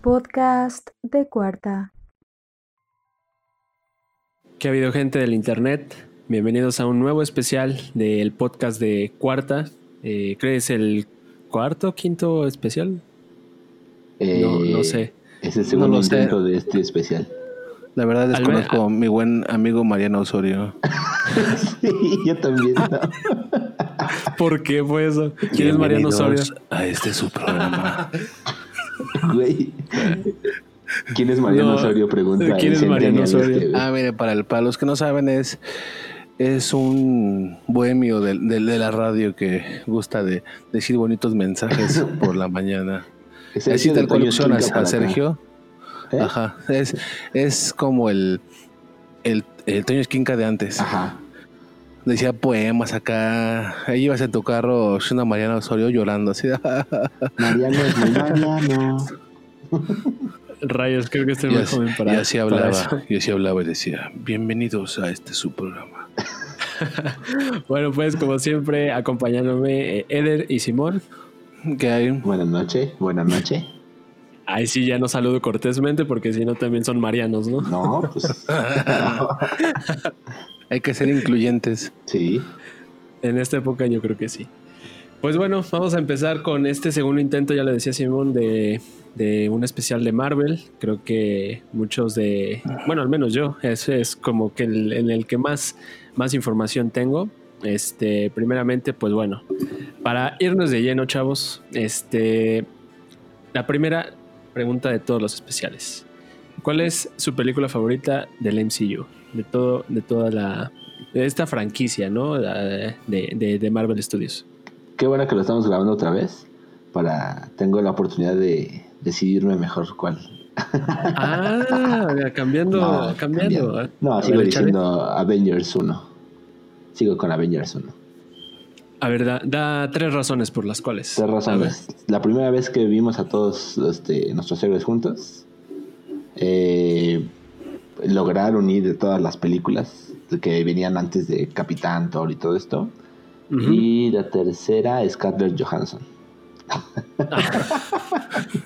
podcast de Cuarta. ¿Qué ha habido gente del internet? Bienvenidos a un nuevo especial del podcast de Cuarta. Eh, ¿Creo que es el cuarto, quinto especial? no, Eh, no sé. Eh, Es el segundo No lo sé. intento de este especial. La verdad Al ah. ver- desconozco a mi buen amigo Mariano Osorio. Sí, yo también. ¿no? ¿Por qué fue eso? ¿Quién es Mariano Osorio? Bienvenidos A este su programa. Güey. ¿Quién es Mariano No. Osorio? Pregunta. ¿Quién el es Mariano centennial Osorio? güey. ah, mire, para, el, para los que no saben, es, es un bohemio del- del- de, la radio que gusta de decir bonitos mensajes por la mañana. Es Así Sergio tal cual Toño suena Esquinca a para Sergio. ¿Eh? Ajá. Es, es como el, el, el Toño Esquinca de antes. acá. Ajá. Decía poemas acá. Ahí ibas en tu carro, una Mariana Osorio llorando así. Mariano es mi Mariano. Rayos, creo que estoy Y muy así- joven para. y así para hablaba, eso. y así hablaba y decía, bienvenidos a este su programa. Bueno, pues como siempre, acompañándome eh, Eder y Simón. Que hay Buenas noches, buenas noches. Ahí sí ya no saludo cortésmente porque si no también son marianos, ¿no? No, pues hay que ser incluyentes. sí. En esta época yo creo que sí. Pues bueno, vamos a empezar con este segundo intento, ya le decía Simón, de, de un especial de Marvel. Creo que muchos de, bueno, al menos yo, ese es como que el- en el que más, más información tengo. Este, primeramente, pues bueno, para irnos de lleno, chavos, este, la primera pregunta de todos los especiales. ¿Cuál es su película favorita del MCU? De todo, de toda la, de esta franquicia, ¿no? La De, de- de Marvel Studios. Qué bueno que lo estamos grabando otra vez. Para tengo la oportunidad de decidirme mejor cuál. Ah, cambiando, No, cambiando. cambiando. ¿eh? No, A sigo ver, échale. diciendo Avengers 1. Sigo con Avengers 1. A ver, da, da tres razones por las cuales. A Tres razones. La primera vez que vimos a todos este, nuestros héroes juntos, eh, lograr unir de todas las películas que venían antes de Capitán Thor y todo esto. ver. Ujú. Y la tercera, Scarlett Johansson.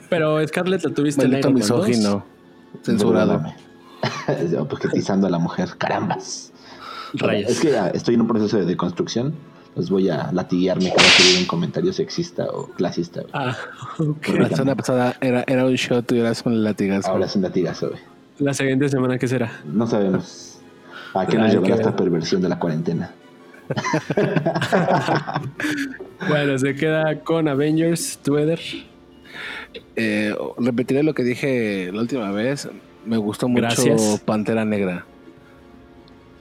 Pero Scarlett la tuviste en Maldito Iron Man misógino. Censurado. Perdóname. Objetizando a la mujer, carambas. 2. Rayos. Es que ya estoy en un proceso de deconstrucción. Los voy a latiguearme cada que diga un comentario sexista o clasista. güey. Ah, ok. La semana pasada era, era un shot y ahora es un latigazo. Ahora es un latigazo, güey. La siguiente semana, ¿qué será? No sabemos a qué Hay nos que llevará ver. esta perversión de la cuarentena. Bueno, se queda con Avengers, Twitter. Eh, repetiré lo que dije la última vez. Me gustó mucho Gracias. Pantera Negra.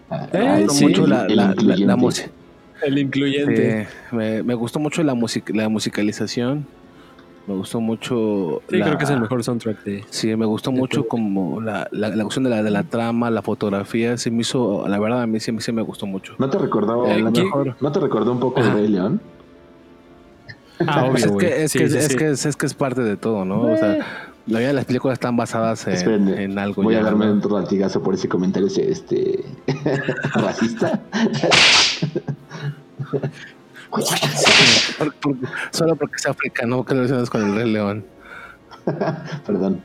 Ah, Eh, Me ah, no gustó sí, mucho la, el la- la- la incluyente. música. El incluyente. Sí, me, me gustó mucho la, music- la musicalización. Me gustó mucho. Sí, la- creo que es el mejor soundtrack de. Sí, me gustó mucho como la, la, la cuestión de la, de la trama, la fotografía, se me hizo, la verdad a mí sí, me- sí me gustó mucho. ¿No te recordó, Eh, la ¿qué- mejor- ¿no te recordó un poco el Rey León? Ah, obvio. Pues es, güey. que, es, Sí, que, sí, es, sí. Eh. que, es, es que es parte de todo, ¿no? O sea, la mayoría de las películas están basadas en, Espérenme, en pues algo. voy a ya, darme ¿no? otro latigazo por ese comentario este, racista. Por- por- solo porque es africano, que lo relacionas con el Rey León. Perdón.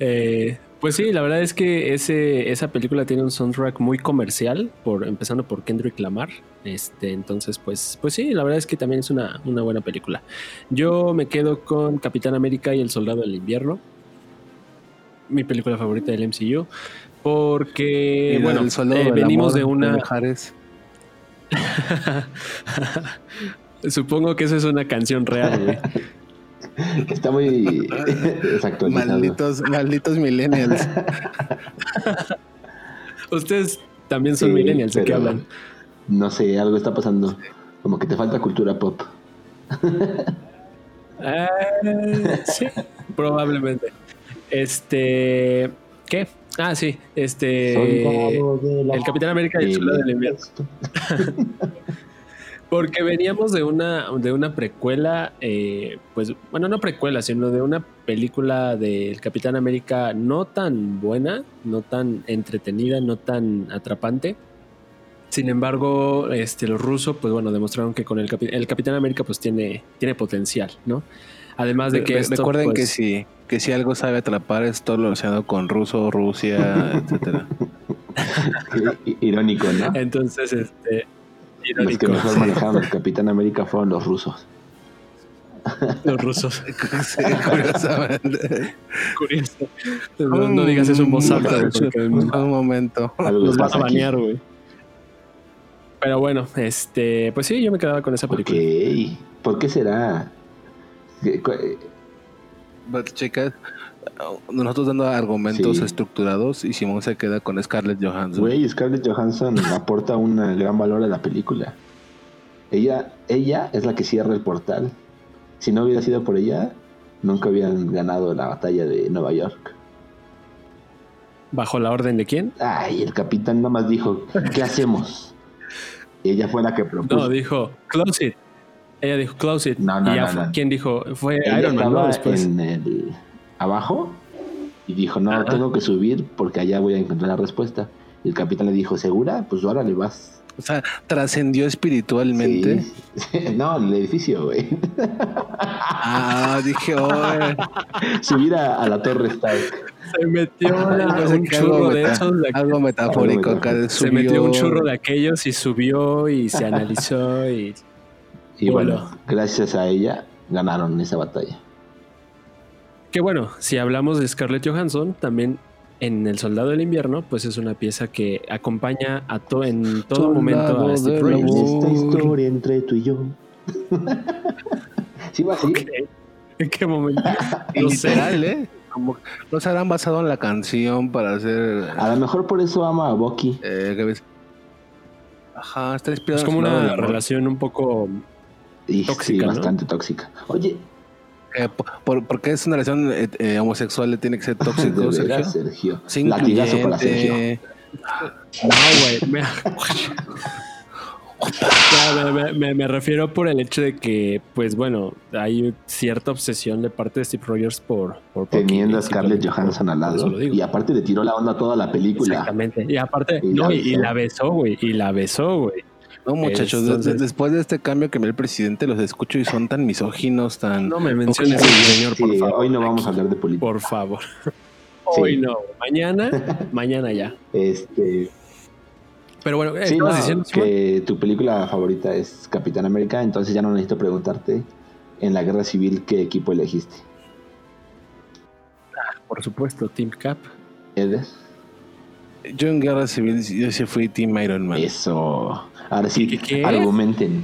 Eh, pues sí, la verdad es que ese, esa película tiene un soundtrack muy comercial, por, empezando por Kendrick Lamar. Este, entonces, pues, pues sí, la verdad es que también es una, una buena película. Yo me quedo con Capitán América y El Soldado del Invierno. Mi película favorita del MCU. Porque, Y la bueno, del soldado eh, del venimos amor, de una. Mijares. Supongo que eso es una canción real, güey. Está muy desactualizado. Malditos, malditos millennials. Ustedes también son Sí, millennials, ¿de qué pero hablan? No sé, algo está pasando. Como que te falta cultura pop. Eh, sí, probablemente. Este. ¿Qué? Ah, sí. Este. Soldado de la- El Capitán América y el Soldado del Invierno. Porque veníamos de una, de una precuela, eh, pues, bueno, no precuela, sino de una película del Capitán América no tan buena, no tan entretenida, no tan atrapante. Sin embargo, este, los rusos, pues bueno, demostraron que con el, capi- el Capitán América, pues tiene, tiene potencial, ¿no? Además de que Re- esto, recuerden pues, que si, que si algo sabe atrapar es todo lo relacionado con ruso, Rusia, etcétera. I- Irónico, ¿no? Entonces, este. Los que Irónico, mejor manejaron el Capitán América fueron los rusos. los rusos. Sí, curiosamente. Curioso. No, no digas eso en voz alta. Mm, porque Un momento. Algo les Los vas pasa a aquí. banear, güey. Pero bueno, este. Pues sí, yo me quedaba con esa Ok. película. ¿Por qué será? ¿Qué- cu- But, chicas, nosotros dando argumentos Sí. estructurados y Simón se queda con Scarlett Johansson. Güey, Scarlett Johansson aporta un gran valor a la película. Ella, ella es la que cierra el portal. Si no hubiera sido por ella, nunca hubieran ganado la batalla de Nueva York. ¿Bajo la orden de quién? Ay, el capitán nada más dijo, ¿qué hacemos? Y ella fue la que No, propuso. dijo close it. Ella dijo close it. Pues No, no, y ya no, fue- no. ¿Quién dijo? Fue ella Iron Man, pues. ¿no? estaba Después. en el abajo y dijo, no, Ajá. tengo que subir porque allá voy a encontrar la respuesta. Y el capitán le dijo, ¿segura? Pues ahora le vas. O sea, trascendió espiritualmente. Sí. No, el edificio, güey. Ah, dije, oye. Subir a, a la torre Stark. Se metió Yo la- pensé un que algo churro de meta- esos. de- Algo metafórico Algo acá de se subió- metió un churro de aquellos y subió y se analizó y. Y Hola. bueno, gracias a ella ganaron esa batalla. Que bueno, si hablamos de Scarlett Johansson, también en El Soldado del Invierno, pues es una pieza que acompaña a to- en todo Soldado momento a este Steve del Rogers. amor. Amor. entre tú y yo. sí, va así. ¿En qué momento? Y No sé. literal, ¿eh? Como, no se habrán basado en la canción para hacer. A lo mejor por eso ama a Bucky. Eh, ¿qué ves? Ajá, está inspirado. Es como en el una amor. relación un poco. Y sí, Tóxica, ¿no? bastante tóxica. Oye, Eh, por- por- porque es una relación eh, eh, homosexual, tiene que ser de tóxico, veras, Sergio. Sergio. Sí, Latigazo para incluyente. Sergio. No, güey. Me, No, me- me- me- me refiero por el hecho de que, pues bueno, hay cierta obsesión de parte de Steve Rogers por. por Bucky, Teniendo simplemente a Scarlett por- Johansson al por eso lado. lo digo. Y aparte le tiró la onda a toda la película. Exactamente. Y aparte, Y no, la y, y besó. la besó, güey. Y la besó, güey. No, muchachos, de- Entonces- de- después de este cambio que me dio el presidente, los escucho y son tan misóginos, tan. No me menciones, Sí, señor, por Sí, favor. hoy no vamos a hablar de política. Por favor. Sí. Hoy no. Mañana, mañana ya. Este, Pero bueno, eh, sí, estabas no, diciendo Simón? que tu película favorita es Capitán América, entonces ya no necesito preguntarte en la guerra civil qué equipo elegiste. por supuesto, Team Cap. Eder. Yo en guerra civil, yo sí fui Team Iron Man. Eso. Ahora sí, ¿Qué, qué? argumenten.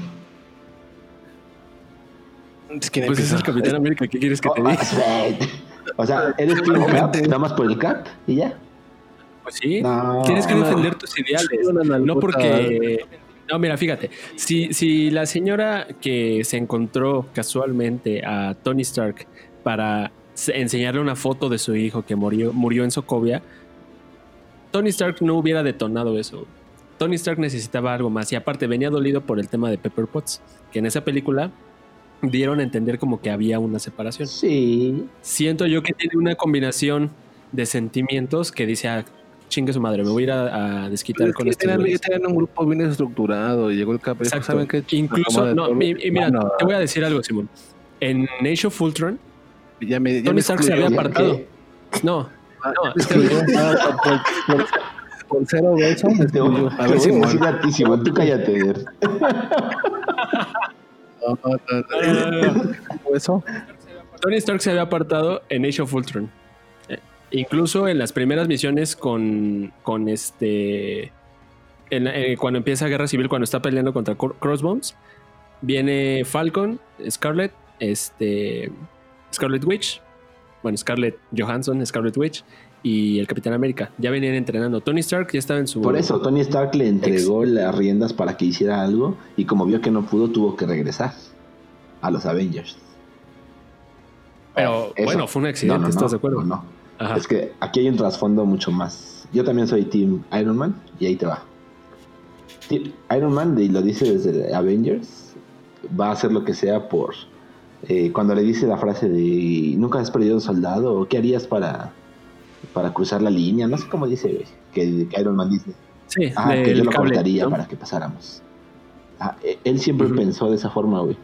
Es que Pues es empieza- el Capitán América, ¿qué quieres que te Oh, diga? o sea, ¿eres Team Cap? Argumenten. ¿Nada más por el Cap? ¿Y ya? Pues sí. No. Tienes que No. defender tus ideales. No porque. No, mira, fíjate. Si, si la señora que se encontró casualmente a Tony Stark para se- enseñarle una foto de su hijo que murió, murió en Sokovia, Tony Stark no hubiera detonado eso. Tony Stark necesitaba algo más. Y aparte, venía dolido por el tema de Pepper Potts, que en esa película dieron a entender como que había una separación Sí. siento yo que tiene una combinación de sentimientos que dice, ah, chingue su madre, me voy a ir a, a desquitar Es con que este. tenían, ya tenían un grupo bien estructurado y llegó el Cap. y dijo, Exacto. ¿Saben qué? Toma Incluso, de no, todo". mi- y mira, Bueno, te voy a decir algo, Simón. En Nation Fultron, ya me, ya Tony me Stark se excluyó. había ¿Ya apartado. qué? No, no, Me excluyó. Ah, por, por- por ser obeso, me Te voy excluyó. te A voy ver a si decir a ti, Simón, tú cállate, Eder. Eso. Tony Stark se había apartado en Age of Ultron. Eh, incluso en las primeras misiones con, con este... en la- eh, cuando empieza Guerra Civil, cuando está peleando contra Cor- Crossbones, viene Falcon, Scarlet, este, Scarlet Witch, bueno, Scarlet Johansson, Scarlet Witch y el Capitán América. Ya venían entrenando. Tony Stark ya estaba en su... Por eso, Tony Stark le entregó las riendas para que hiciera algo y como vio que no pudo, tuvo que regresar a los Avengers. Pero Eso. bueno, fue un accidente, No, no, no, ¿estás de acuerdo? Ah. No, no. Ajá. Es que aquí hay un trasfondo mucho más. Yo también soy Team Iron Man y ahí te va. Ti- Iron Man, y lo dice desde Avengers, va a hacer lo que sea por... eh, cuando le dice la frase de nunca has perdido un soldado, o qué harías para, para cruzar la línea, no sé cómo dice, güey, que- que Iron Man dice. Sí, Ah, que del yo lo cable, cortaría ¿no? para que pasáramos. Ah, e- él siempre Ujú. pensó de esa forma, güey.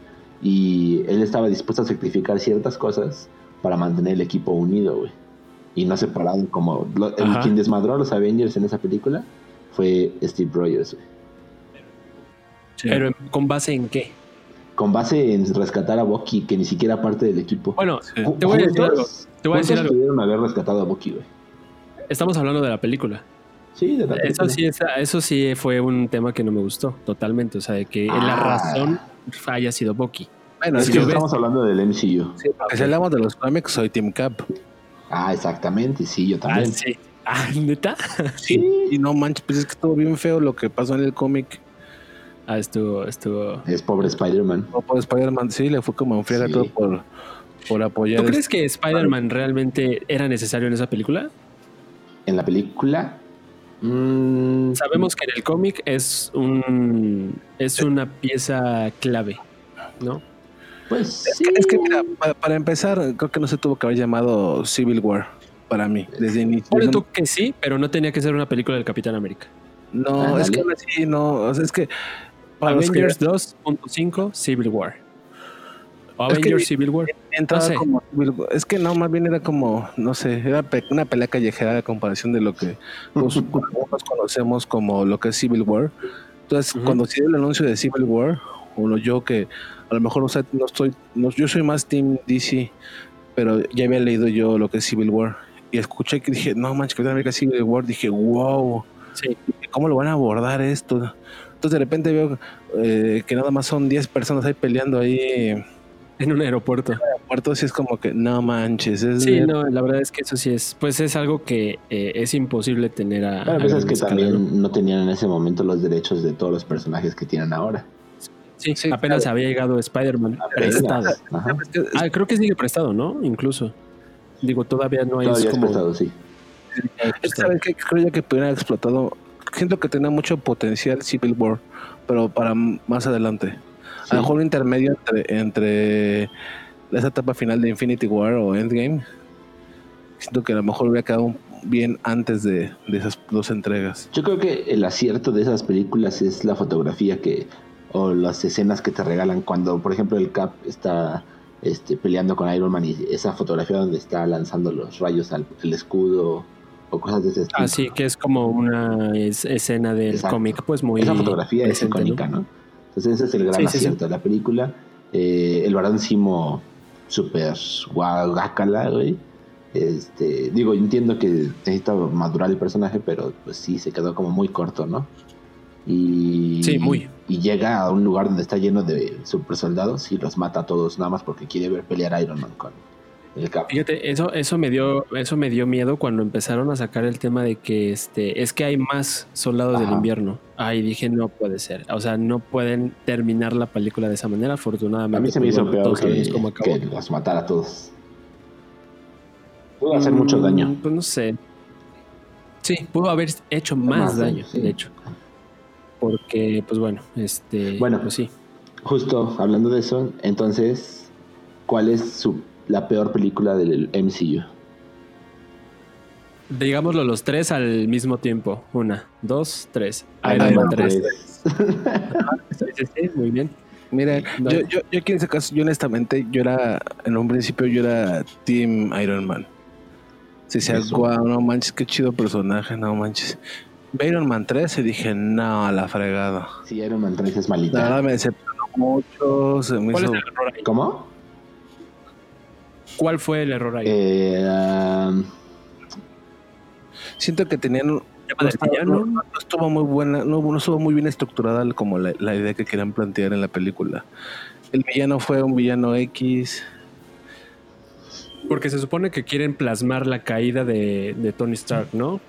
Y él estaba dispuesto a sacrificar ciertas cosas para mantener el equipo unido, güey. Y no separado como... lo- el, Ajá. quien desmadró a los Avengers en esa película fue Steve Rogers, güey. Sí. Pero ¿con base en qué? Con base en rescatar a Bucky, que ni siquiera parte del equipo. Bueno, Sí. te voy a decir algo. Juntos- Te voy a decir juntos algo. pudieron haber rescatado a Bucky, güey. Estamos hablando de la película. Sí, de la Eso película. sí, es- eso sí fue un tema que no me gustó totalmente. O sea, de que la Ah. razón haya sido Bucky. Bueno, Es Si que lo ves- estamos hablando del MCU. Sí, porque si hablamos de los cómics, soy Team Cap. Ah, exactamente, sí, yo Ah, también. sí. Ah, ¿neta? Y no manches, pues es que estuvo bien feo lo que pasó en el cómic. Ah, estuvo, estuvo. Es pobre Spider-Man. No por Spider-Man, sí, le fue como en friega Sí. todo por, por apoyar. ¿Tú crees que Spider-Man realmente era necesario en esa película? En la película. mm, Sabemos que en el cómic es un es una pieza clave, ¿no? Pues Es que, es que, mira, para, para empezar, creo que no se tuvo que haber llamado Civil War para mí, desde inicio. Ponle tú que sí, pero no tenía que ser una película del Capitán América. No, Ah, Ándale. es que aún así, no, o sea, es que para los que Avengers 2.5 Civil War. O Es que- Avengers Civil War. entraba no sé. como Civil War- es que no, más bien era como, no sé, era pe- una pelea callejera a comparación de lo que pues, algunos conocemos como lo que es Civil War. Entonces, Ujú. cuando se dio el anuncio de Civil War, uno yo que a lo mejor o sea, no estoy, no- yo soy más Team DC, pero ya había leído yo lo que es Civil War y escuché que dije, no manches, Capitán América Civil War, dije, wow. Sí. ¿cómo lo van a abordar esto? Entonces de repente veo eh, que nada más son 10 personas ahí peleando ahí en En un aeropuerto. puertos y es como que no manches, es Sí, neta. no, la verdad es que eso sí es. Pues es algo que eh, es imposible tener a. Bueno, pues a es que gran escala, ¿no? también no tenían en ese momento los derechos de todos los personajes que tienen ahora. Sí, Sí, apenas claro. había llegado Spider-Man prestado. Ajá. Es que- es- Ah, creo que sigue prestado, ¿no? Incluso. Digo, todavía no hay Todavía es como. pesado, sí. pues es que, ¿sabes qué? creo yo que pudieran haber explotado. Siento que tenía mucho potencial Civil War, pero para m- más adelante. A Sí. lo mejor un intermedio entre, entre esa etapa final de Infinity War o Endgame. Siento que a lo mejor hubiera quedado un- bien antes de, de esas dos entregas. Yo creo que el acierto de esas películas es la fotografía que o las escenas que te regalan cuando, por ejemplo, el Cap está este, peleando con Iron Man y esa fotografía donde está lanzando los rayos al el escudo o cosas de ese Ah, estilo. Así que es como una es- escena del Exacto. cómic, pues muy. Esa fotografía es presente, ¿no? icónica, ¿no? Entonces ese es el gran Sí, sí, sí. acierto de la película. Eh, el varón Simo súper guau, guácala, güey. Este, digo, yo entiendo que necesita madurar el personaje, pero pues sí, se quedó como muy corto, ¿no? Y, Sí, muy. Y llega a un lugar donde está lleno de super soldados y los mata a todos nada más porque quiere ver pelear a Iron Man con el Cap. Fíjate, eso, eso me dio, eso me dio miedo cuando empezaron a sacar el tema de que este, es que hay más soldados del Ajá. invierno. Ahí dije, no puede ser. O sea, no pueden terminar la película de esa manera, afortunadamente. A mí se me pues, hizo bueno, peor todos que, sabemos cómo acabó. que los matara a todos. Pudo hacer mucho daño. Mm, Pues no sé. Sí, pudo haber hecho más, daño, sí. de hecho. Porque, pues bueno, este. Bueno. pues sí. Justo, hablando de eso, entonces, ¿cuál es su, la peor película del MCU? Digámoslo los tres al mismo tiempo. Una, dos, tres. Iron Man tres. tres. Sí, sí, sí, muy bien. Mira, Dale. yo, yo, yo aquí en ese caso, yo honestamente, yo era, en un principio yo era Team Iron Man. Si sea, Eso. guau, no manches, qué chido personaje, no manches. Ve Iron Man 3 y dije, no, a la fregada. Sí, Iron Man 3 es La verdad malita. me decepcionó mucho, se me ¿Cuál hizo... es el error ahí? ¿Cómo? ¿Cuál fue el error ahí? Eh, um, Siento que tenían... No, ¿Tema del estaba- no- villano? no estuvo muy buena, no, no estuvo muy bien estructurada como la, la idea que querían plantear en la película. El villano fue un villano X. Porque se supone que quieren plasmar la caída de, de Tony Stark, ¿no?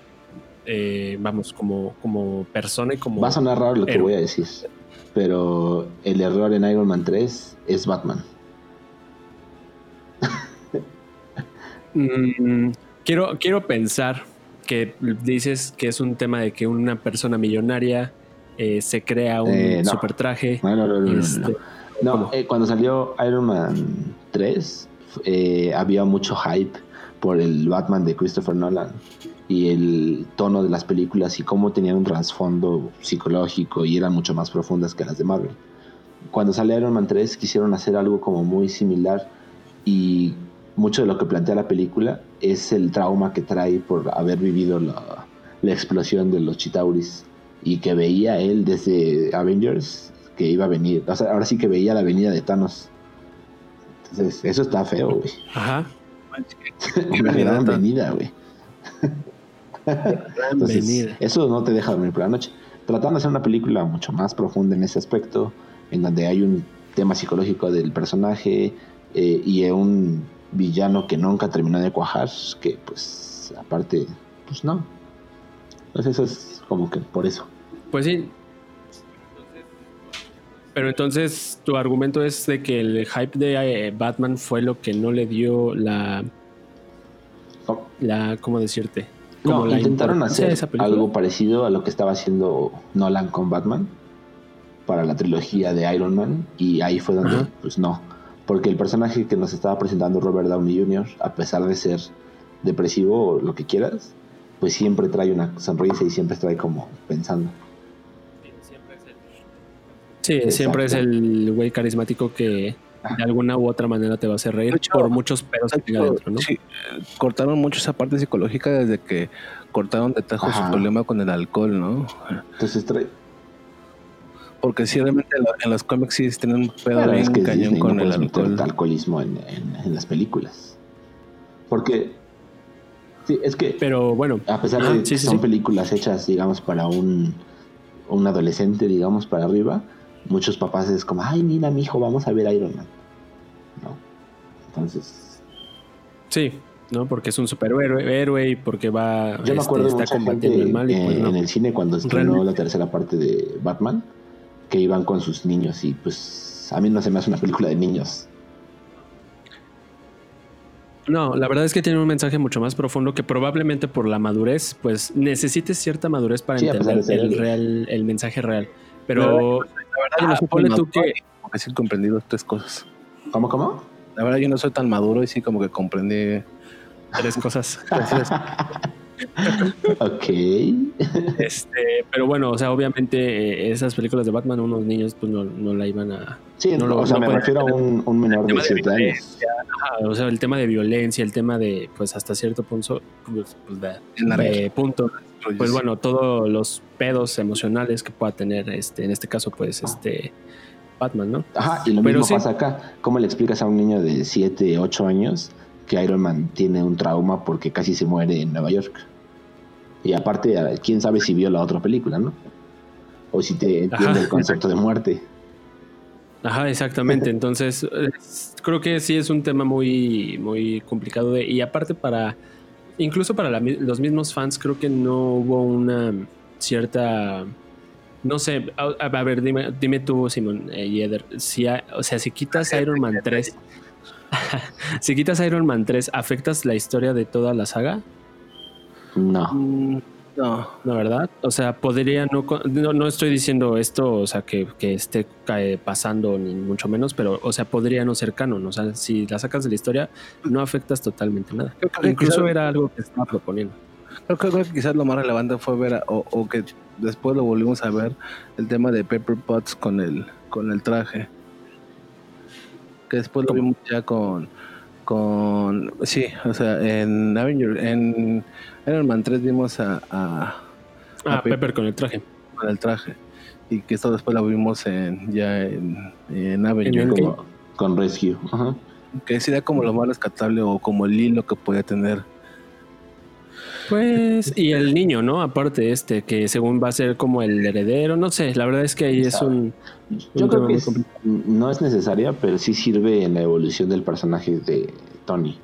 Eh, vamos, como, como persona y como. va a sonar raro lo que Héroe. voy a decir, pero el error en Iron Man 3 es Batman. Mm, quiero, quiero pensar que dices que es un tema de que una persona millonaria eh, se crea un Eh, no. super traje. No, no, no, no, no, no. Este, No, ¿Cómo? eh, cuando salió Iron Man 3, eh, había mucho hype por el Batman de Christopher Nolan y el tono de las películas y cómo tenían un trasfondo psicológico y eran mucho más profundas que las de Marvel. cuando sale Iron Man 3 quisieron hacer algo como muy similar y mucho de lo que plantea la película es el trauma que trae por haber vivido la, la explosión de los Chitauris y que veía él desde Avengers que iba a venir. O sea, ahora sí que veía la venida de Thanos. Entonces, eso está feo, güey. Ajá. Una gran Venida. venida, güey. Entonces, venida. eso no te deja dormir por la noche. Tratando de hacer una película mucho más profunda en ese aspecto, en donde hay un tema psicológico del personaje eh, y un villano que nunca terminó de cuajar, que pues aparte, pues no. Entonces eso es como que por eso. Pues sí. Pero entonces tu argumento es de que el hype de eh, Batman fue lo que no le dio la, No, la ¿cómo decirte? no, Como la intentaron importancia de hacer esa película. algo parecido a lo que estaba haciendo Nolan con Batman para la trilogía de Iron Man y ahí fue donde, Ajá. pues no, porque el personaje que nos estaba presentando Robert Downey Jr., a pesar de ser depresivo o lo que quieras, pues siempre trae una sonrisa y siempre trae como pensando. Sí, siempre es Exacto. el güey carismático que de alguna u otra manera te va a hacer reír De hecho, por muchos peros que tenga dentro, ¿no? Sí, eh, cortaron mucho esa parte psicológica desde que cortaron de tajo Ajá. su problema con el alcohol, ¿no? Entonces trae, Porque sí, realmente en, la- en los cómics sí tienen un pedo Claro, bien es que cañón Disney con no el puedes meter alcohol. alcoholismo en, en- en las películas. Porque, sí, es que Pero bueno, a pesar Ajá, de que Ah, sí, sí, son sí. películas hechas, digamos, para un, un adolescente, digamos, para arriba, muchos papás es como, ay, mira, mi hijo, vamos a ver Iron Man. ¿No? Entonces, sí, ¿no? Porque es un superhéroe héroe y porque va yo me este, acuerdo de está mucha gente combatiendo el mal y eh, pues no. en el cine cuando estrenó Realmente. la tercera parte de Batman, que iban con sus niños y pues a mí no se me hace una película de niños. No, la verdad es que tiene un mensaje mucho más profundo que probablemente por la madurez, pues necesites cierta madurez para Sí, a pesar de entender ser el, héroe. real, el mensaje real. Pero La verdad, yo no Ah, soy ponle tan tú maduro pues, que- y como que sí comprendí dos, tres cosas. ¿Cómo, cómo? La verdad, yo no soy tan maduro y sí como que comprendí. tres cosas. Pues, Ok. Este, pero bueno, o sea, obviamente eh, esas películas de Batman, unos niños pues no, no la iban a... Sí, No lo- o sea, no me puede- refiero a un, un menor de tema de 7 años. violencia, Ah, o sea, el tema de violencia, el tema de, pues hasta cierto punto, pues, pues, de- de punto, pues bueno, todos los pedos emocionales que pueda tener, este, en este caso, pues, este, Batman, ¿no? Ajá, y lo Pero mismo sí. pasa acá. ¿Cómo le explicas a un niño de 7, 8 años que Iron Man tiene un trauma porque casi se muere en Nueva York? Y aparte, a- quién sabe si vio la otra película, ¿no? O si te entiende Ajá. el concepto de muerte. Ajá, exactamente. Entonces, es- creo que sí es un tema muy, muy complicado. de- y aparte para, incluso para la mi- los mismos fans, creo que no hubo una cierta, no sé, a, a- a ver, dime, dime tú, Simon eh, Yeder, si ha- o sea, si quitas Iron Man 3, si quitas Iron Man 3, ¿afectas la historia de toda la saga? No. Mm, No, La verdad, o sea, podría no, con- no, no estoy diciendo esto, o sea, que, que esté cae- pasando ni mucho menos, pero, o sea, podría no ser canon, o sea, si la sacas de la historia, no afectas totalmente nada. Creo que Incluso quizás- era algo que estaba proponiendo. creo, que- creo que quizás lo más relevante fue ver, a- o, o que después lo volvimos a ver, el tema de Pepper Potts con el, con el traje. Que después lo vimos ya con, con, sí, o sea, en Avenger, en Iron Man 3 vimos a- a, Ah, Ah, Pep- Pepper con el traje. con el traje. Y que esto después lo vimos en, ya en, en Avenger. En Ok. el- Como- con Rescue. Ajá. Que sería como lo más rescatable o como el hilo que podía tener. Pues, y el niño, ¿no? Aparte este, que según va a ser como el heredero, no sé, la verdad es que ahí es un... Yo Un creo tema que muy es- complicado. no es necesaria, pero sí sirve en la evolución del personaje de Tony.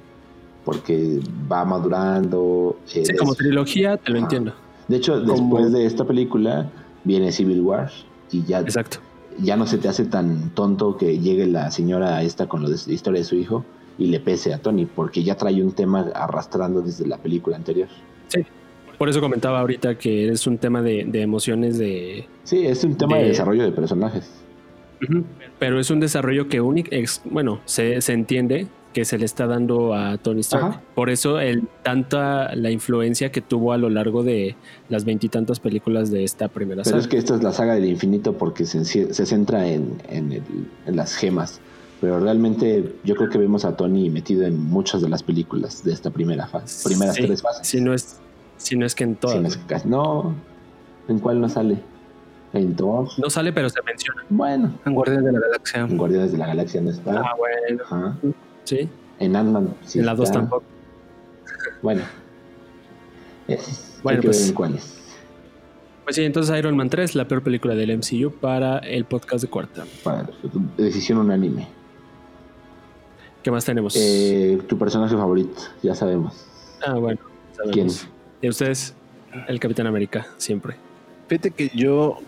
Porque va madurando. eh, sí, como des- trilogía, te lo Ajá. entiendo. de hecho, como- después de esta película viene Civil War y ya Exacto. ya no se te hace tan tonto que llegue la señora esta con lo de su- la historia de su hijo y le pese a Tony, porque ya trae un tema arrastrando desde la película anterior. Por eso comentaba ahorita que es un tema de, de emociones de, Sí, es un tema de, De- desarrollo de personajes. Ujú. Pero es un desarrollo que único, bueno, se, se entiende que se le está dando a Tony Stark. Ajá. Por eso el, tanta la influencia que tuvo a lo largo de las veintitantas películas de esta primera Pero saga. es que esta es la saga del infinito porque se, enci- se centra en, en el- en las gemas. Pero realmente yo creo que vemos a Tony metido en muchas de las películas de esta primera fase. Primeras Sí, tres fases. Si no es, si no es que en todas. Si no es que casi- no, ¿en cuál no sale? En Thor. No sale, pero se menciona. Bueno, En Guardianes de la Galaxia. en Guardianes de la Galaxia no está. Ah, bueno. Ajá. Sí, En Ant-Man sí en la 2 está. tampoco. Bueno. Es, Bueno, hay que pues. ver en cuál es. Pues sí, entonces Iron Man 3, la peor película del MCU para el podcast de cuarta. Para- decisión unánime. ¿Qué más tenemos? Eh, tu personaje favorito, ya sabemos. ah, bueno. sabemos. ¿Quién? Y ustedes, el Capitán América, siempre. Fíjate que yo,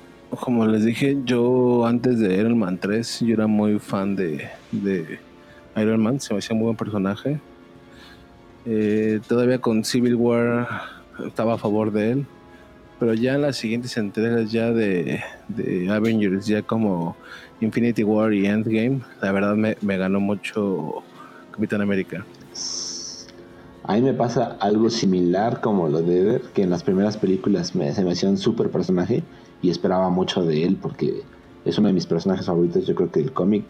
como les dije, yo antes de Iron Man 3, yo era muy fan de, de Iron Man, se me hacía muy buen personaje. Eh, todavía con Civil War estaba a favor de él, pero ya en las siguientes entregas ya de, de Avengers, ya como Infinity War y Endgame, la verdad me, me ganó mucho Capitán América. A mí me pasa algo similar como lo de Eder, que en las primeras películas me, se me hacía un super personaje y esperaba mucho de él porque es uno de mis personajes favoritos, yo creo que el cómic.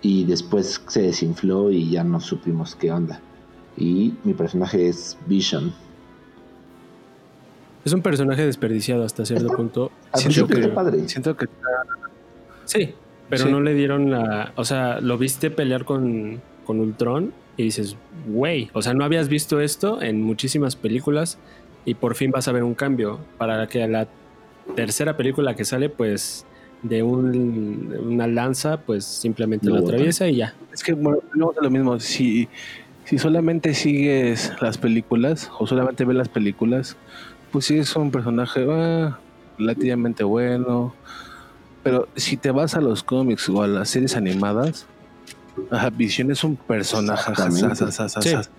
Y después se desinfló y ya no supimos qué onda. Y mi personaje es Vision. Es un personaje desperdiciado hasta cierto Está- punto. Al Sí, principio yo Ah, pues está creo. padre. Siento que Sí, pero Sí. no le dieron la. O sea, lo viste pelear con, con Ultron y dices, güey, o sea, no habías visto esto en muchísimas películas y por fin vas a ver un cambio para que la tercera película que sale, pues de un- una lanza, pues simplemente Lo lo botan. atraviesa y ya. Es que bueno, volvemos a lo mismo. Si, si solamente sigues las películas o solamente ves las películas, pues sí es un personaje ah, relativamente bueno. Pero si te vas a los cómics o a las series animadas, ajá, Visión es un personaje. ajá, Exactamente. sa, sa, sa, Sí. sa. Sí,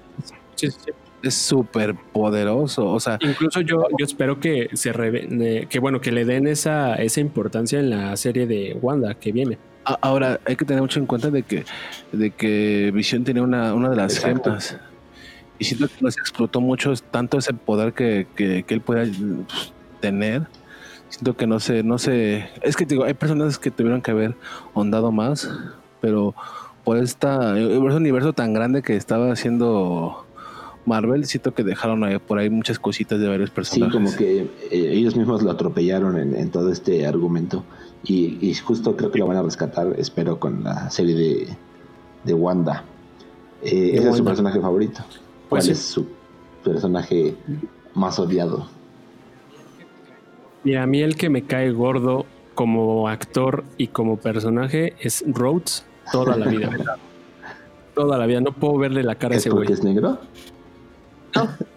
sí, sí. Es súper poderoso. O sea, Incluso yo, yo espero que se reve- eh, que bueno, que le den esa, esa importancia en la serie de Wanda que viene. a- ahora hay que tener mucho en cuenta de que, de que Visión tenía una, una de las Exacto. gemas. Y siento que no se explotó mucho tanto ese poder que, que- que él pueda pues, tener. Siento que no sé, no sé. Es que te digo, hay personas que tuvieron que haber ahondado más, pero por esta por ese universo tan grande que estaba haciendo Marvel, siento que dejaron ahí- por ahí muchas cositas de varios Sí, personajes. como que eh, ellos mismos lo atropellaron en, en todo este argumento. Y, y justo creo que lo van a rescatar, espero, con la serie de, de Wanda. Eh, ese es su Wanda. personaje favorito. ¿Cuál Pues sí. es su personaje más odiado? Y a mí el que me cae gordo como actor y como personaje es Rhodes toda la vida. toda la vida. No puedo verle la cara a ¿Es ese porque güey. es negro?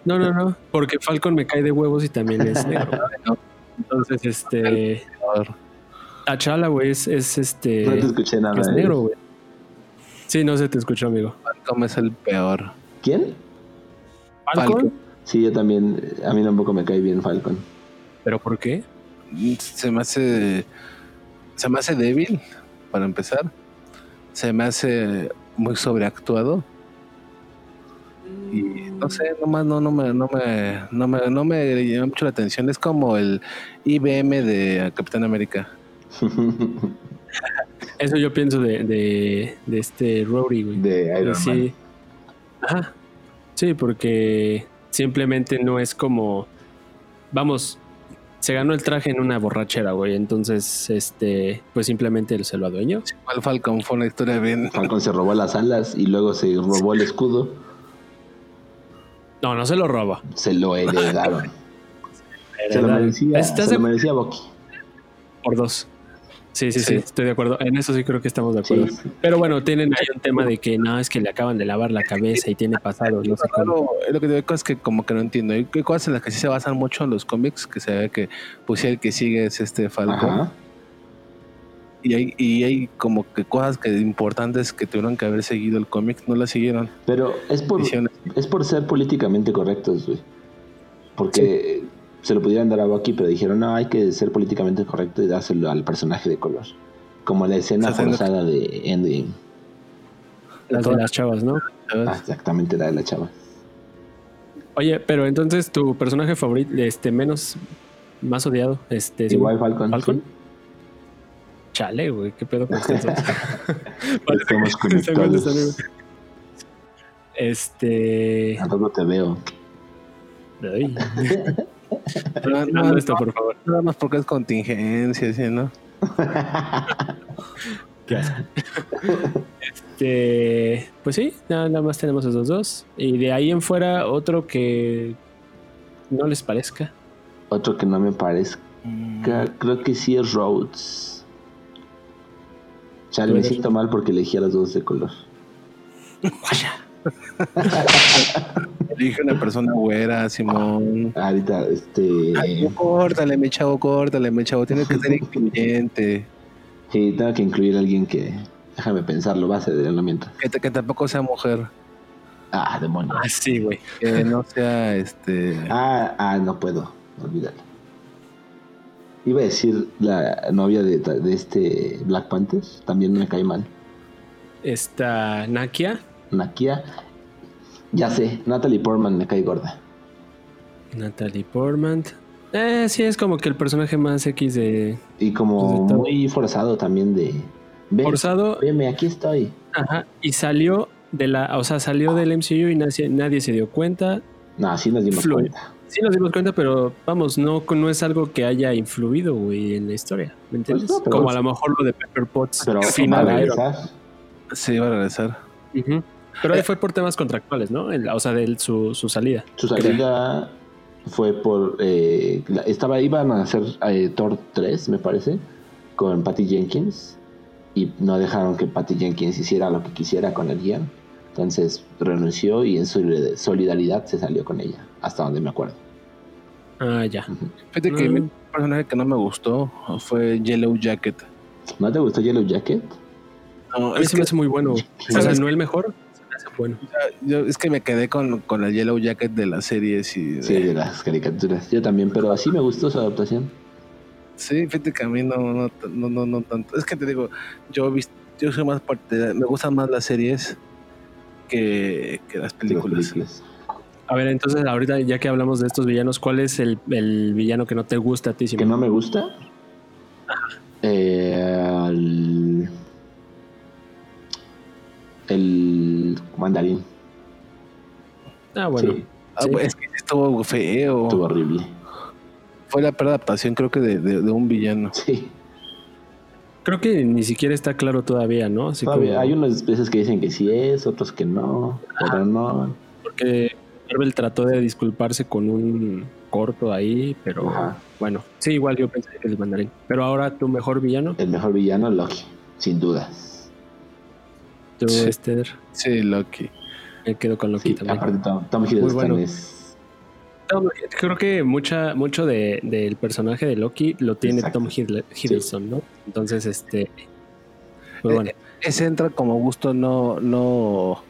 No, no, no. Porque Falcon me cae de huevos y también es negro. Entonces, este. T'Challa, güey, es, es este. no te escuché nada. Es ¿eh? negro, güey. Sí, no se te escuchó, amigo. Falcom es el peor. ¿Quién? Falcon. Sí, yo también. A mí tampoco me cae bien Falcon. ¿Pero por qué? se me hace se me hace débil para empezar se me hace muy sobreactuado y no sé nomás no no me no me no me, no me llama mucho la atención es como el IBM de Capitán América Eso yo pienso de, de, de este Rory, güey. de Iron sí. Man. Ajá. Sí, porque simplemente no es como. Vamos, se ganó el traje en una borrachera, güey. Entonces, este, pues simplemente se lo adueñó. igual Falcon fue una historia bien Falcon se robó las alas y luego se robó el escudo. No, no se lo roba. Se lo heredaron. Se lo merecía, ¿Estás se de lo merecía Bucky. por dos. Sí, sí, sí, Sí. estoy de acuerdo. En eso sí creo que estamos de Sí, acuerdo. Pero bueno, tienen ahí un tema de que no, es que le acaban de lavar la cabeza y tiene pasado, no sé Claro, cómo. es lo que te digo cosas que como que no entiendo. Hay cosas en las que sí se basan mucho en los cómics, que se ve que pues sí, el que sigue es este Falcon. Ajá. Y hay, y hay como que cosas que importantes que tuvieron que haber seguido el cómic, no las siguieron. Pero Pues, es por, Hicieron- es por ser políticamente correctos, güey. Porque se lo pudieran dar a Bucky, pero dijeron, no, hay que ser políticamente correcto y dárselo al personaje de color. Como la escena O sea, se lo- forzada de Endgame. Las de las chavas, ¿no? Ah, exactamente la de la chava. Oye, pero entonces tu personaje favorito, este, menos, más odiado, este, es Igual Falcon. Falcon. Chale, güey, qué pedo con estos dos? Estamos Este güey conectados. está bien. Este. Al rato te veo. ay, Pero no, terminando esto, por favor. nada más porque es contingencia, ¿sí, ¿no? Este, pues sí, nada, nada más tenemos esos dos. Y de ahí en fuera, otro que no les parezca. Otro que no me parezca, Mm. creo que sí es Rhodes. Chale, me Puede ser. siento mal porque elegí a los dos de color. Dije una persona güera, Simón. Ahorita, este. Ay, córtale, mi chavo, córtale, mi chavo. Tienes que ser incluyente. Sí, tengo que incluir a alguien que. Déjame pensarlo, va a ser de mientras. Que, t- que tampoco sea mujer. Ah, demonio. Ah, sí, güey. Que no sea este. Ah, ah, no puedo, olvídalo. Iba a decir la novia de, de este Black Panther, también me cae mal. Está Nakia. Nakia. Ya sé, Natalie Portman me cae gorda. Natalie Portman. Eh, sí, es como que el personaje más X de. Y como Pues de todo. muy forzado también de... Ven, Forzado. veme, aquí estoy. Ajá. Y salió de la. O sea, salió del MCU y nadie, nadie se dio cuenta. No, así nos dimos Fluye. cuenta. Sí nos dimos cuenta, pero vamos, no, no es algo que haya influido, güey, en la historia. ¿Me entiendes? Pues no, pero- como a lo mejor lo de Pepper Potts. Pero al va a final, Iron regresar. Sí, va a regresar. Ujú. Pero eh, ahí fue por temas contractuales, ¿no? En la- O sea, de su, su salida. Su salida fue por... eh, la- estaba, iban a hacer eh, Thor 3, me parece, con Patty Jenkins. Y no dejaron que Patty Jenkins hiciera lo que quisiera con el guión. Entonces renunció y en solid- solidaridad se salió con ella, hasta donde me acuerdo. Ah, ya. Ujú. Fíjate que Mm. mi personaje que no me gustó fue Yellow Jacket. ¿No te gustó Yellow Jacket? No, A mí es, se me que, hace muy bueno. Sí. O sea, no el mejor, se me hace bueno. yo- es que me quedé con, con el Yellow Jacket de las series y. Sí, de las caricaturas. Yo también, pero así me gustó su adaptación. Sí, fíjate que a mí no, no, t- no, no, no tanto. Es que te digo, yo, vis- yo soy más parte, me gustan más las series que, que las películas. Las películas. A ver, entonces, ahorita, ya que hablamos de estos villanos, ¿cuál es el, el villano que no te gusta a ti? que Simón? no me gusta. Eh, el, el mandarín. Ah, bueno. oh. Sí, Ah, Sí. pues, es que estuvo feo. estuvo horrible. Fue la peor adaptación, creo que, de, de- de un villano. Sí. Creo que ni siquiera está claro todavía, ¿no? Así Todavía como- hay unas veces que dicen que sí es, otros que no, pero no. Porque Marvel trató de disculparse con un corto ahí, pero Ajá. bueno. Sí, igual yo pensé que el mandarín. Pero ahora tu mejor villano, El mejor villano, Loki, sin dudas. yo, Sí. Esther, Sí, Loki. me quedo con Loki Sí, también. aparte Tom, Tom Hiddleston bueno. es No, creo que mucha, mucho de- del personaje de Loki lo tiene Exacto. Tom Hiddle- Hiddleston, ¿no? Entonces, este. Pues Eh, bueno, Ese entra como gusto no, no,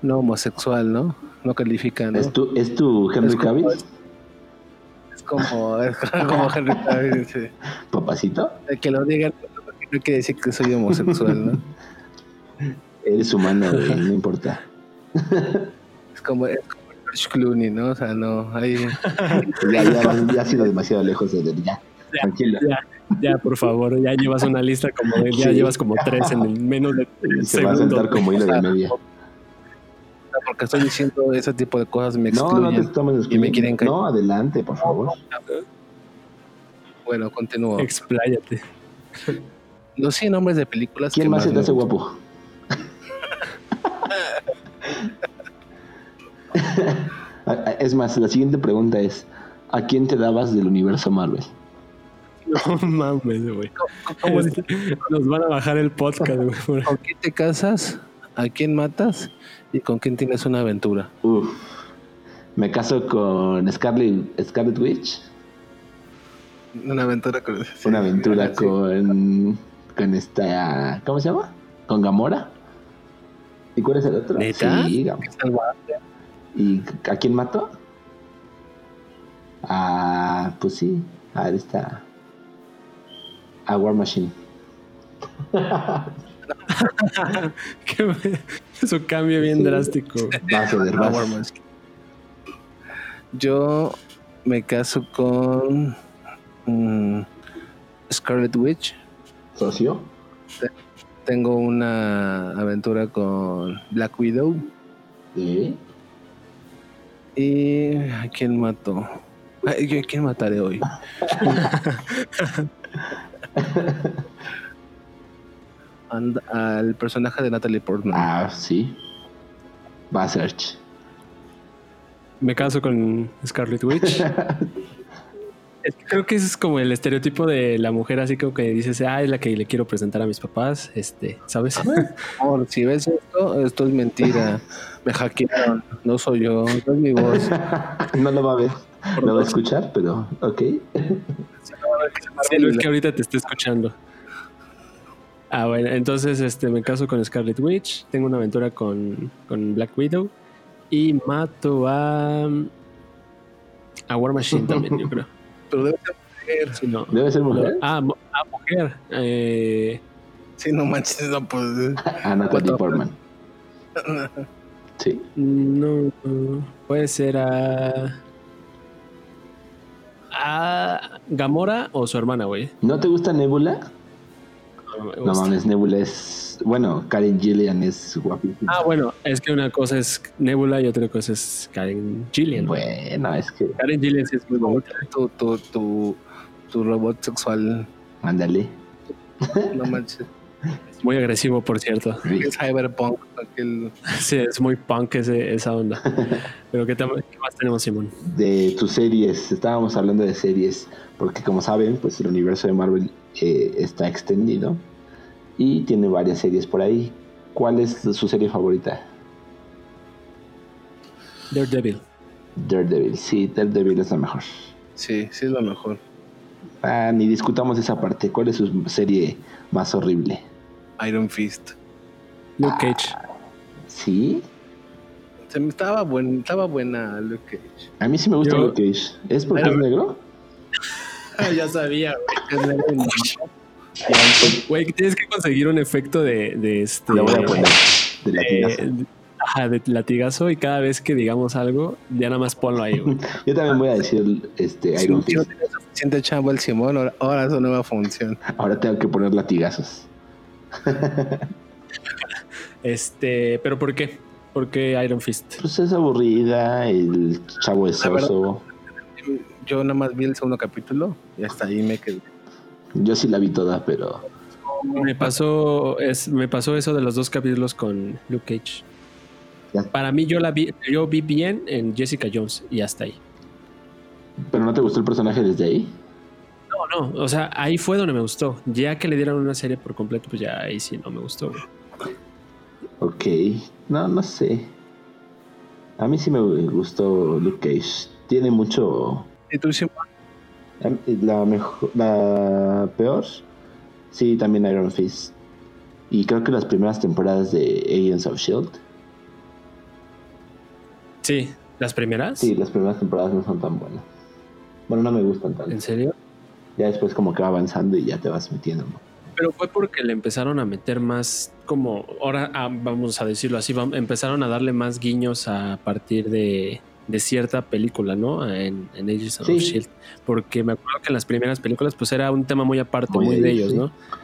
no homosexual, ¿no? No califica, ¿no? es tu, es tu Henry Es como- Cavill, Es como, es como Henry Cavill, sí. papacito. El que lo diga no quiere decir que soy homosexual, ¿no? Eres humano, güey, no importa. Es como, es como George Clooney, ¿no? O sea, no, ahí... Ya, ya, vas- ya has ido demasiado lejos de él, ya. Ya, Tranquilo. ya por favor, ya llevas una lista como de- ya Sí. llevas como tres en el menos de Y tres se va a segundos. sentar como hilo de media. porque estoy diciendo ese tipo de cosas me No, excluyen. no te tomes Y me quieren caer. No, adelante, por favor. Bueno, continúo. Expláyate. Los 100 nombres de películas. que ¿Quién más se te me hace gustan. guapo? A- a- es más, la siguiente pregunta es: ¿A quién te dabas del universo Marvel? No mames, güey. Este, ¿Cómo es? Nos van a bajar el podcast, güey. por- ¿Con quién te casas? ¿A quién matas? ¿Y con quién tienes una aventura? Uf. Me caso con Scarlet, Scarlet Witch. Una aventura con... una aventura con. Con esta. ¿Cómo se llama? Con Gamora. ¿Y cuál es el otro? ¿Neta? Sí, Gamora. ¿Y a quién mató? Ah, pues sí, a esta. A War Machine. Qué bueno. Su cambio bien Sí. drástico. Vas, Eder, vas. Howard Mask. Yo me caso con mm, Scarlet Witch. Socio. Tengo una aventura con Black Widow. Sí. ¿Y Eh, a quién mató? Ay, ¿yo ¿A quién mataré hoy? And- al personaje de Natalie Portman. Ah, sí. Va, Search. Me caso con Scarlet Witch. Es que Creo que ese es como el estereotipo de la mujer, así como que dices, ah, es la que le quiero presentar a mis papás, este, ¿sabes? Ah, Amor, si ves esto, esto es mentira. Me hackearon. No soy yo, no es mi voz. no lo va a ver. Lo va a escuchar, pero ok. Sí, no es que ahorita te esté escuchando. Ah, bueno, entonces este, me caso con Scarlet Witch, tengo una aventura con, con Black Widow y mato a. a War Machine también, yo creo. Pero debe ser mujer. Sí, no. ¿Debe ser mujer? Ah, mu- ah, mujer. Eh, Sí, no manches, no pues. Ah, Natalie Portman. Sí. no, no. puede ser a. a Gamora o su hermana, güey. ¿No te gusta Nebula? No, me No gusta. mames, Nebula es. Bueno, Karen Gillian es guapísima. Ah, bueno, es que una cosa es Nebula y otra cosa es Karen Gillian. güey. Bueno, es que. Karen Gillian sí es muy bonita. Tu, tu, tu, tu robot sexual. Ándale. No manches. Muy agresivo, por cierto. Es cyberpunk. Aquel. Sí, es muy punk ese- esa onda. Pero ¿qué, tam- qué más tenemos, Simón? de tus series. Estábamos hablando de series, porque como saben, pues el universo de Marvel eh, está extendido y tiene varias series por ahí. ¿Cuál es su serie favorita? Daredevil. Daredevil. Sí, Daredevil es la mejor. Sí, sí es lo mejor. Ah, ni discutamos esa parte. ¿Cuál es su serie más horrible? Iron Fist. Luke Cage. Sí, Se me estaba, buen, estaba buena Luke Cage. a mí sí me gusta Yo- Luke Cage. ¿Es porque es negro? Ah, ya sabía, Es de- güey. tienes que conseguir un efecto de, de este. Lo voy a poner. Eh, De latinazo. de- ajá, de latigazo y cada vez que digamos algo, ya nada más ponlo ahí, güey. Yo también voy a decir este, Si Iron no tiene Fist. suficiente chamba el Simón, ahora, ahora es su nueva función. Ahora tengo que poner latigazos. Este, pero ¿por qué? ¿Por qué Iron Fist? Pues es aburrida, el chavo es La verdad. oso. Yo nada más vi el segundo capítulo y hasta ahí me quedé. Yo sí la vi toda, pero Ah. Me pasó, es, me pasó eso de los dos capítulos con Luke Cage. Ya. Para mí, yo la vi, yo vi bien en Jessica Jones y hasta ahí. ¿Pero no te gustó el personaje desde ahí? No, no, o sea, ahí fue donde me gustó. Ya que le dieron una serie por completo, pues ya ahí sí no me gustó. güey. Ok, no, no sé. A mí sí me gustó Luke Cage. Tiene mucho... em, ¿Y tú, Simón? La mejor... La peor. Sí, también Iron Fist. Y creo que las primeras temporadas de Agents of Shield. Sí, las primeras. Sí, las primeras temporadas no son tan buenas. Bueno, no me gustan tanto. ¿En serio? Ya después como que va avanzando y ya te vas metiendo. ¿no? Pero fue porque le empezaron a meter más, como ahora ah, vamos a decirlo así, vam- empezaron a darle más guiños a partir de, de cierta película, ¿no? En, en Agents of Sí. Shield. Porque me acuerdo que en las primeras películas, pues era un tema muy aparte, Muy muy, de de ellos, ellos, ¿no?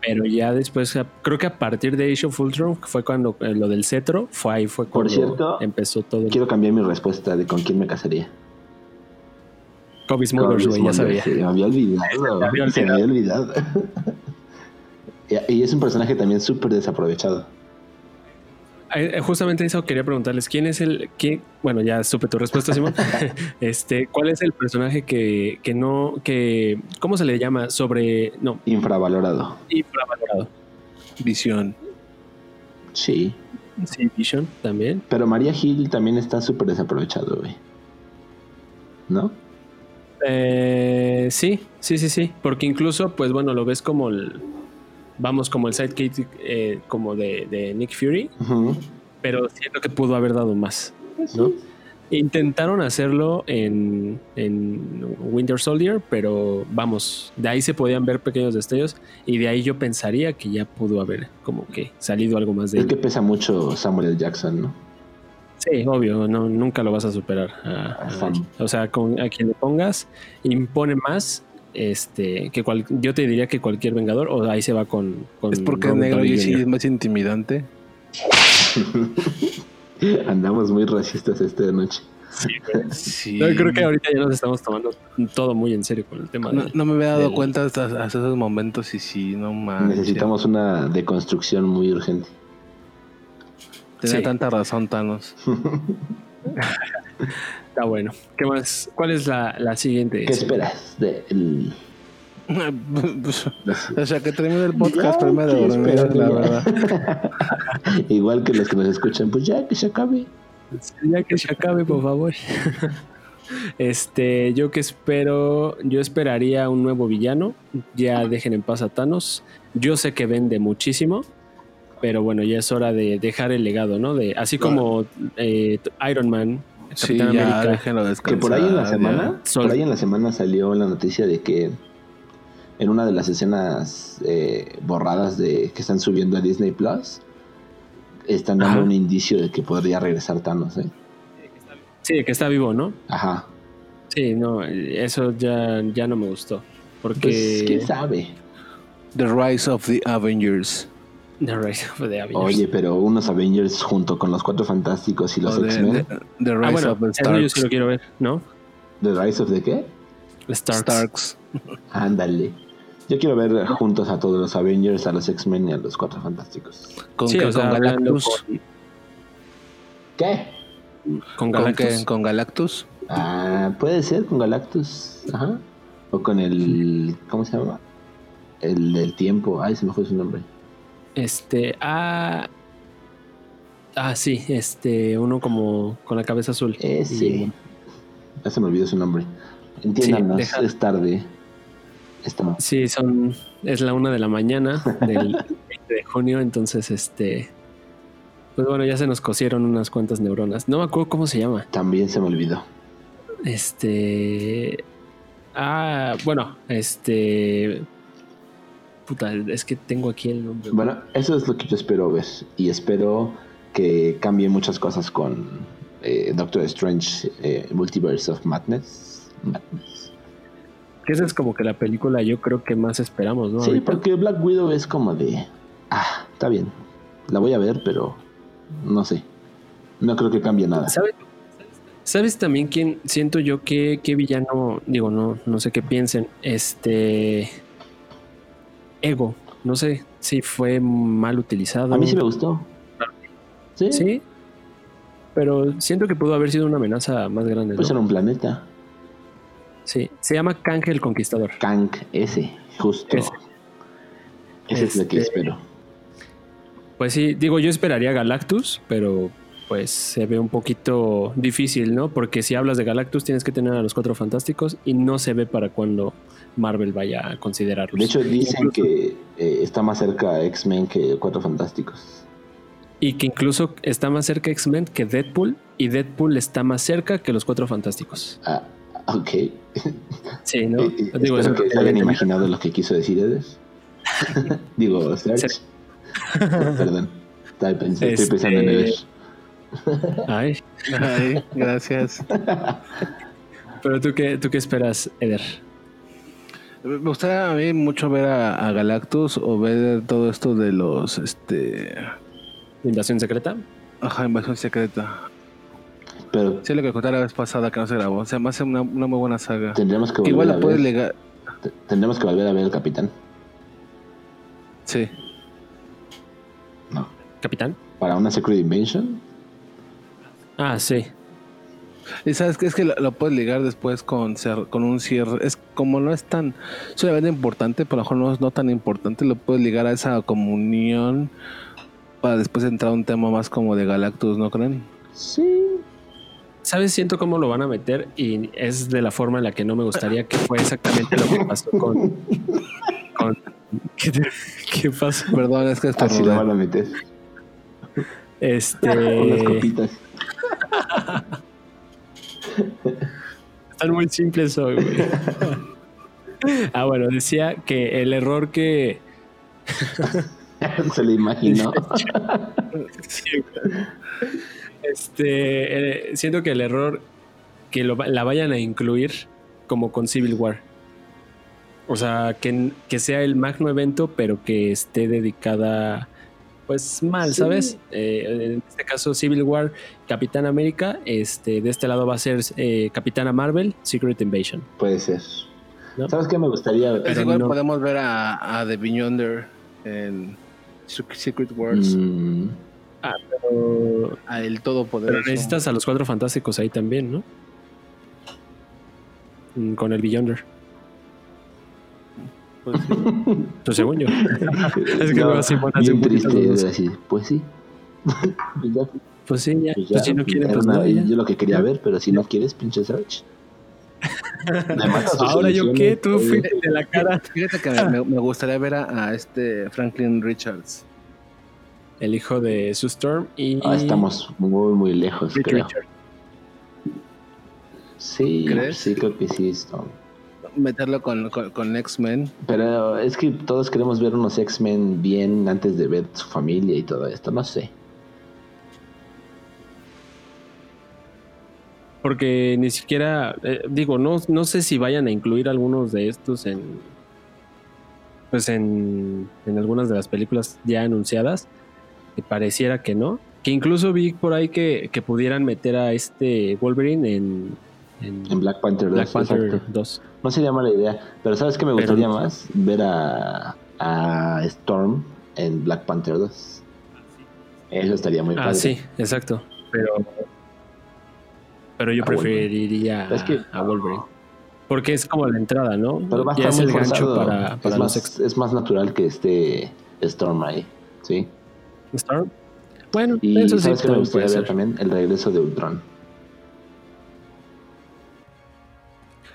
Pero ya después, a- creo que a partir de Age of Ultron que fue cuando eh, lo del cetro, fue ahí fue Por cuando cierto, empezó todo. el- Quiero cambiar mi respuesta de con quién me casaría. Kobe Smulders, güey, ya sabía. Se me había olvidado. olvidado. Se me había olvidado. Y- y es un personaje también súper desaprovechado. Eh, eh, Justamente eso quería preguntarles, ¿quién es el que, bueno, ya supe tu respuesta, Simón, este, ¿cuál es el personaje que, que no, que, ¿cómo se le llama? Sobre, no, Infravalorado. infravalorado. Visión. Sí. Sí, Vision también. Pero María Hill también está súper desaprovechado, güey. ¿No? Eh, sí, sí, sí, sí, porque incluso, pues bueno, lo ves como el, vamos, como el sidekick eh, como de, de Nick Fury, Ujú. pero siento que pudo haber dado más. ¿No? Intentaron hacerlo en, en Winter Soldier, pero vamos, de ahí se podían ver pequeños destellos y de ahí yo pensaría que ya pudo haber como que salido algo más de Es él. que pesa mucho Samuel L. Jackson, ¿no? Sí, obvio, no, nunca lo vas a superar. a- A a- Sam. o sea, con, a quien le pongas, impone más este que cual, yo te diría que cualquier vengador, o ahí se va con... con Es porque es Robert negro Downey y sí Jr.. es más intimidante. Andamos muy racistas esta noche. Sí. No, creo que ahorita ya nos estamos tomando todo muy en serio con el tema. No, de- no me había dado del- cuenta hasta, hasta esos momentos y sí, no Ah, mames. Necesitamos una deconstrucción muy urgente. Tenía Sí. tanta razón, Thanos. Está bueno. ¿Qué más? ¿Cuál es la, la siguiente? ¿Qué esperas de el- o sea, que termine el podcast Ya, primero, ¿qué dormir, esperas? la verdad. Igual que los que nos escuchan, pues ya que se acabe. Ya que se acabe, por favor. Este, yo que espero, yo esperaría un nuevo villano. Ya dejen en paz a Thanos. Yo sé que vende muchísimo, pero bueno, ya es hora de dejar el legado, ¿no? De así como eh, Iron Man, Sí, Capitán ya, América. déjenlo descansar. Que por ahí en la ya. semana, Sol. por ahí en la semana salió la noticia de que en una de las escenas eh, borradas de que están subiendo a Disney Plus están dando Ajá. un indicio de que podría regresar Thanos, ¿eh? Sí, que está vivo, ¿no? Ajá. Sí, no, eso ya, ya no me gustó. Porque Pues quién sabe. The Rise of the Avengers. The Rise of the Avengers. Oye, pero unos Avengers junto con los Cuatro Fantásticos y los O de- de- X-Men, The Rise ah, bueno, of eso the yo Starks. sí lo quiero ver, ¿no? ¿The Rise of the qué? Starks. Starks. Ándale. Yo quiero ver juntos a todos los Avengers, a los X-Men y a los Cuatro Fantásticos. Con, Sí, que- o sea, con hablando Galactus. con, ¿Qué? con ¿Con, Galactus. que- con Galactus. Ah, puede ser con Galactus. Ajá. O con el. ¿Cómo se llama? El del tiempo. Ay, se me fue su nombre. Este, ah, ah, sí, este, uno como con la cabeza azul. Ese. Y- Ya se me olvidó su nombre. Entiéndanos, deja- es tarde. Está. sí, son, es la una de la mañana del 20 de junio, entonces, este, pues bueno, ya se nos cosieron unas cuantas neuronas. No me acuerdo cómo se llama. También se me olvidó. Este, ah, bueno, este, puta, es que tengo aquí el nombre. güey. Bueno, eso es lo que yo espero ver. Y espero que cambie muchas cosas con eh, Doctor Strange eh, Multiverse of Madness. Madness. Que esa es como que la película yo creo que más esperamos, ¿no? Sí, Ahorita. porque Black Widow es como de. Ah, está bien. La voy a ver, pero. No sé. No creo que cambie nada. ¿Sabes? ¿Sabes también quién siento yo que, que villano? Digo, no, no sé qué piensen. Este. Ego. No sé si fue mal utilizado. A mí sí me gustó. Sí. Sí. Pero siento que pudo haber sido una amenaza más grande. Pues ¿no? era un planeta. Sí. Se llama Kang el Conquistador. Kank, ese, justo. Ese. Ese, es lo que Este- espero. Pues sí, digo, yo esperaría Galactus, pero pues se ve un poquito difícil, ¿no? Porque si hablas de Galactus tienes que tener a los cuatro fantásticos y no se ve para cuando Marvel vaya a considerarlos. De hecho, dicen Incluso- que eh, está más cerca X-Men que Cuatro Fantásticos. Y que incluso está más cerca X-Men que Deadpool. Y Deadpool está más cerca que los Cuatro Fantásticos. Ah, ok. Sí, ¿no? Eh, eh, Digo, espero eso que se hayan imaginado lo que quiso decir Edes. Digo, Serge. Perdón. Estaba pens- Estoy Este- pensando en Edes. Ay, Ay, gracias. pero tú qué, tú qué esperas, Eder. Me gustaría a mí mucho ver a, a Galactus o ver todo esto de los, este, ¿Invasión secreta? ajá, invasión secreta. Pero Sí, lo que conté la vez pasada que no se grabó. O sea, me hace una, una muy buena saga. tendremos que volver Que igual la a ver. puedes legar. te- Tendremos que volver a ver al capitán. Sí. No. ¿Capitán? Para una Secret Invention. Ah, sí. Y sabes que es que lo, lo puedes ligar después con, cer- con un cierre. Es como no es tan, es una venta importante, pero a lo mejor no es no tan importante. Lo puedes ligar a esa comunión para después entrar a un tema más como de Galactus, ¿no creen? Sí. ¿Sabes? Siento cómo lo van a meter y es de la forma en la que no me gustaría que fue exactamente lo que pasó con... con- ¿Qué, te- qué pasó? Perdón, es que es Así lo van a meter. Este... Unas copitas. Están muy simples hoy, güey. Ah, bueno, decía que el error que. Se le imaginó. Sí, güey. este. eh, siento que el error que lo va- la vayan a incluir como con Civil War. O sea, que, n- que sea el magno evento, pero que esté dedicada. Pues mal, Sí. ¿sabes? Eh, en este caso, Civil War, Capitán América. Este, de este lado va a ser eh, Capitana Marvel, Secret Invasion. Puede ser. ¿No? ¿Sabes qué me gustaría ver? Es Pero igual no. podemos ver a, a The Beyonder en Sec- Secret Wars, Mm, Pero- a El Todopoderoso. Pero necesitas a los cuatro fantásticos ahí también, ¿no? Mm, Con el Beyonder. Pues sí. Pues según yo. Es que no, luego Simón hace bien un poquito triste. de es eso. así, pues sí. Pues ya, Pues sí, ya. pues ya, Pues si no quieren, era pues una- no. ya. Yo lo que quería ver, pero si no quieres, pinche Search. Ahora yo qué, tú eh. fíjate de la cara. Fíjate que me, me gustaría ver a, a este Franklin Richards. El hijo de Sue Storm y. Ah, estamos muy, muy lejos, Reed creo. Richards. Sí, ¿Crees? sí, creo que sí. no. Meterlo con, con, con X-Men. Pero es que todos queremos ver unos X-Men bien antes de ver su familia y todo esto, no sé. Porque ni siquiera. eh, digo, no, no sé si vayan a incluir algunos de estos en. Pues en, en algunas de las películas ya anunciadas. Que pareciera que no. Que incluso vi por ahí que, que pudieran meter a este Wolverine en. En, En Black Panther 2. Black Panther exacto. 2. No sería mala idea. Pero ¿sabes qué me Pero- gustaría más? Ver a, a Storm en Black Panther 2. Eso estaría muy Ah, padre. sí, exacto. Pero. Pero yo A Wolverine. preferiría Ah, Es que- a Wolverine. Porque es como la entrada, ¿no? Pero va a ya estar es muy el gancho forzado. para, para los es, más, es más natural que esté Storm ahí. Sí. X-Storm. Bueno, Y eso sí, ¿sabes qué me también puede gustaría ver ser. también? El regreso de Ultron.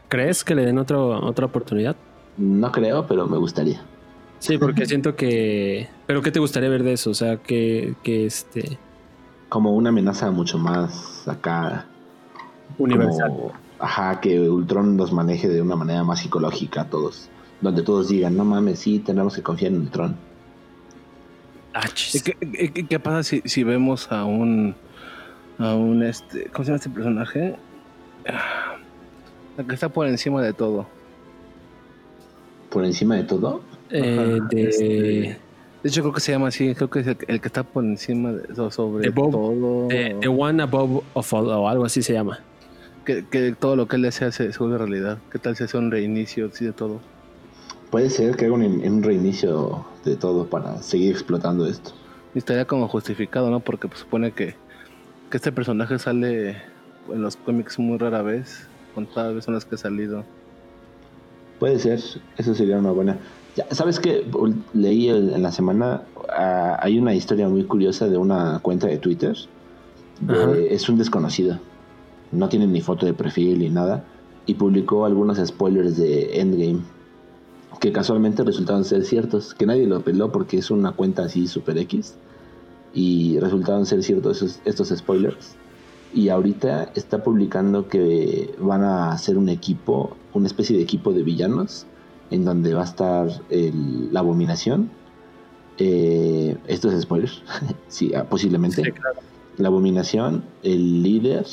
¿Crees que le den otro, otra oportunidad? No creo, pero me gustaría. Sí, porque siento que. ¿Pero qué te gustaría ver de eso? O sea, que, que este. Como una amenaza mucho más acá. Universal. como- ajá, que Ultron los maneje de una manera más psicológica a todos. Donde todos digan, no mames, sí, tenemos que confiar en Ultron. Ah, ¿Y chis. Eh, ¿Qué, y qué- qué pasa si, si vemos a un. a un este. ¿Cómo se llama este personaje? Ah, El que está por encima de todo. Por encima de todo. Eh, Ajá, de. este, De hecho, creo que se llama así. Creo que es el, el que está por encima de so- sobre De Bob. todo. de- The One Above of All, o algo así se llama. que, que todo lo que él desea se, se vuelve realidad. ¿Qué tal si hace un reinicio así de todo? Puede ser que haga un, un reinicio de todo para seguir explotando esto. Y estaría como justificado, ¿no? Porque pues, supone que, que este personaje sale en los cómics muy rara vez. Contadas veces son las que ha salido. Puede ser, eso sería una buena. Ya, ¿Sabes qué? Ul- Leí el- en la semana, ah, hay una historia muy curiosa de una cuenta de Twitter. de- Ajá. es un desconocido, no tiene ni foto de perfil ni nada, y publicó algunos spoilers de Endgame, que casualmente resultaron ser ciertos, que nadie lo peló porque es una cuenta así super X, y resultaron ser ciertos esos- estos spoilers. Y ahorita está publicando que van a hacer un equipo, una especie de equipo de villanos, en donde va a estar el- la abominación. Eh, esto es spoiler, sí, ah, posiblemente. Sí, La abominación, el líder,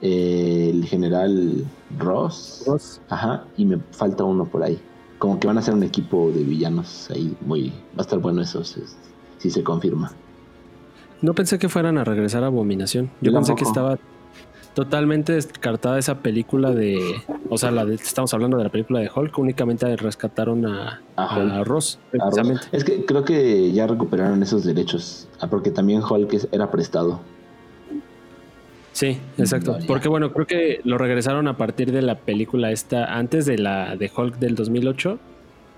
eh, el general Ross, ajá, y me falta uno por ahí. Como que van a ser un equipo de villanos ahí, muy, va a estar bueno eso, si, si se confirma. No pensé que fueran a regresar a Abominación. Yo Yo pensé que tampoco. estaba totalmente descartada esa película de. O sea, la de, estamos hablando de la película de Hulk. Únicamente rescataron a, A Hulk. a Ross, Ah, Ross. precisamente. Es que creo que ya recuperaron esos derechos, ah, porque también Hulk es- era prestado. Sí, exacto. Vaya. Porque bueno, creo que lo regresaron a partir de la película esta, antes de la de Hulk del 2008.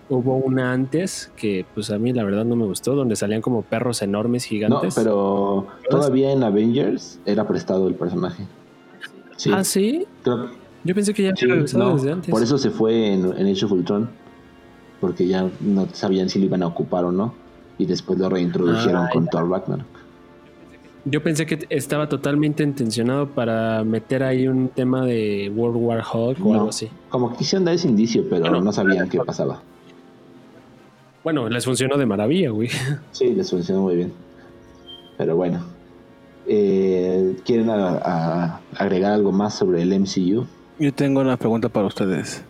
Hubo una antes que pues a mí la verdad no me gustó, donde salían como perros enormes gigantes. No, pero todavía en Avengers era prestado el personaje. Sí, Ah, sí. creo- Yo pensé que ya había sí, regresado no, desde antes. por eso se fue en, en Age of Ultron, porque ya no sabían si lo iban a ocupar o no, y después lo reintrodujeron Ah, con Thor Ragnarok. Yo pensé que estaba totalmente intencionado para meter ahí un tema de World War Hulk o No. algo así. Como que quisieron dar ese indicio, pero Bueno, no sabían qué pasaba. Bueno, les funcionó de maravilla, güey. Sí, les funcionó muy bien. Pero bueno. Eh, ¿Quieren a- a- agregar algo más sobre el MCU? Yo tengo una pregunta para ustedes.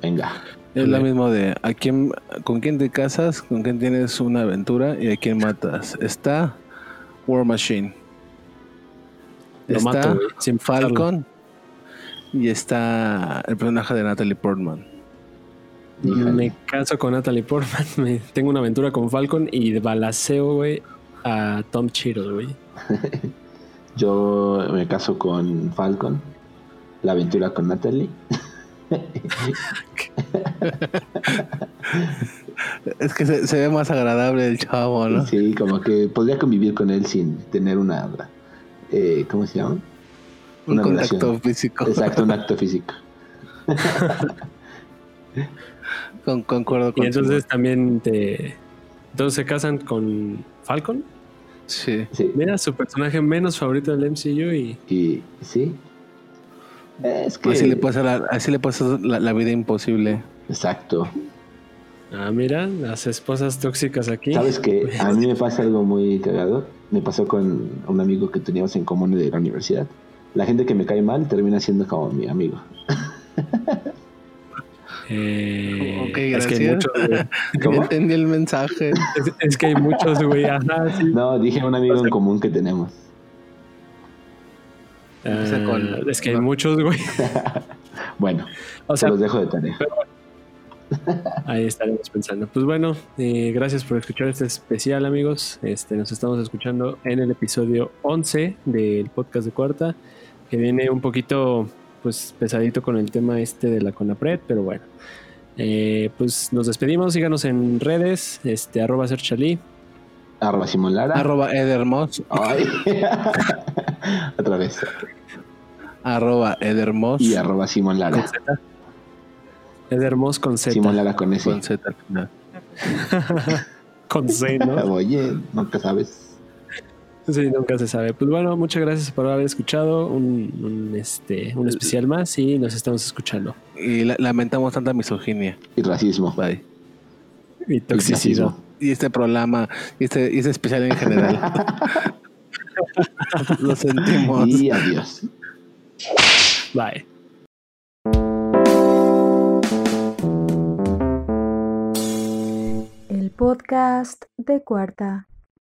Venga. Es la Dale. misma de ¿a quién, con quién te casas, con quién tienes una aventura y a quién matas. Está War Machine. Lo está mato, güey, sin pensarlo. Falcon. Y está el personaje de Natalie Portman. Híjole. Me caso con Natalie Portman, me- tengo una aventura con Falcon y balaceo, güey, a Tom Cheadle, güey. Yo me caso con Falcon. La aventura con Natalie. Es que se, se ve más agradable el chavo, ¿no? Sí, como que podría convivir con él sin tener una... eh, ¿Cómo se llama? Un una contacto relación. físico. Exacto, un acto físico. Con, concuerdo con Y tu- entonces también te... Entonces se casan con Falcon. Sí. Sí. Mira, su personaje menos favorito del MCU y... Y sí. Es que... Así le pasa, la, así le pasa la, la vida imposible. Exacto. Ah, mira, las esposas tóxicas aquí. Sabes que a mí me pasa algo muy cagado. Me pasó con un amigo que teníamos en común de la universidad. La gente que me cae mal termina siendo como mi amigo. Eh, Ok, es que hay gracias. muchos, güey. Entendí el mensaje. Es, es que hay muchos, güey. Ajá, sí. No, dije un amigo en común que tenemos. Empieza Ah, con- es que hay no. muchos, güey. Bueno, O se sea, los dejo de tarea. ahí estaremos pensando. Pues bueno, eh, gracias por escuchar este especial, amigos. Este, nos estamos escuchando en el episodio 11 del podcast de Cuarta, que viene un poquito pues pesadito con el tema este de la Conapred, pero bueno. Eh, pues nos despedimos, síganos en redes, este, arroba serchalí. Arroba Simón Lara. arroba Edermos. Ay. Otra vez. Arroba Edermos. Y arroba Simón Lara. Edermos con Z. Simón Lara con ese. Con Z al final. Con C, ¿no? Oye, nunca sabes. Sí, nunca se sabe. Pues bueno, muchas gracias por haber escuchado un, un, este, un especial más y nos estamos escuchando. Y la- lamentamos tanta misoginia. Y racismo. Bye. Y Y toxicidad. clasismo. Y este programa, y este, y este especial en general. Lo sentimos. Y adiós. Bye. El podcast de Cuarta.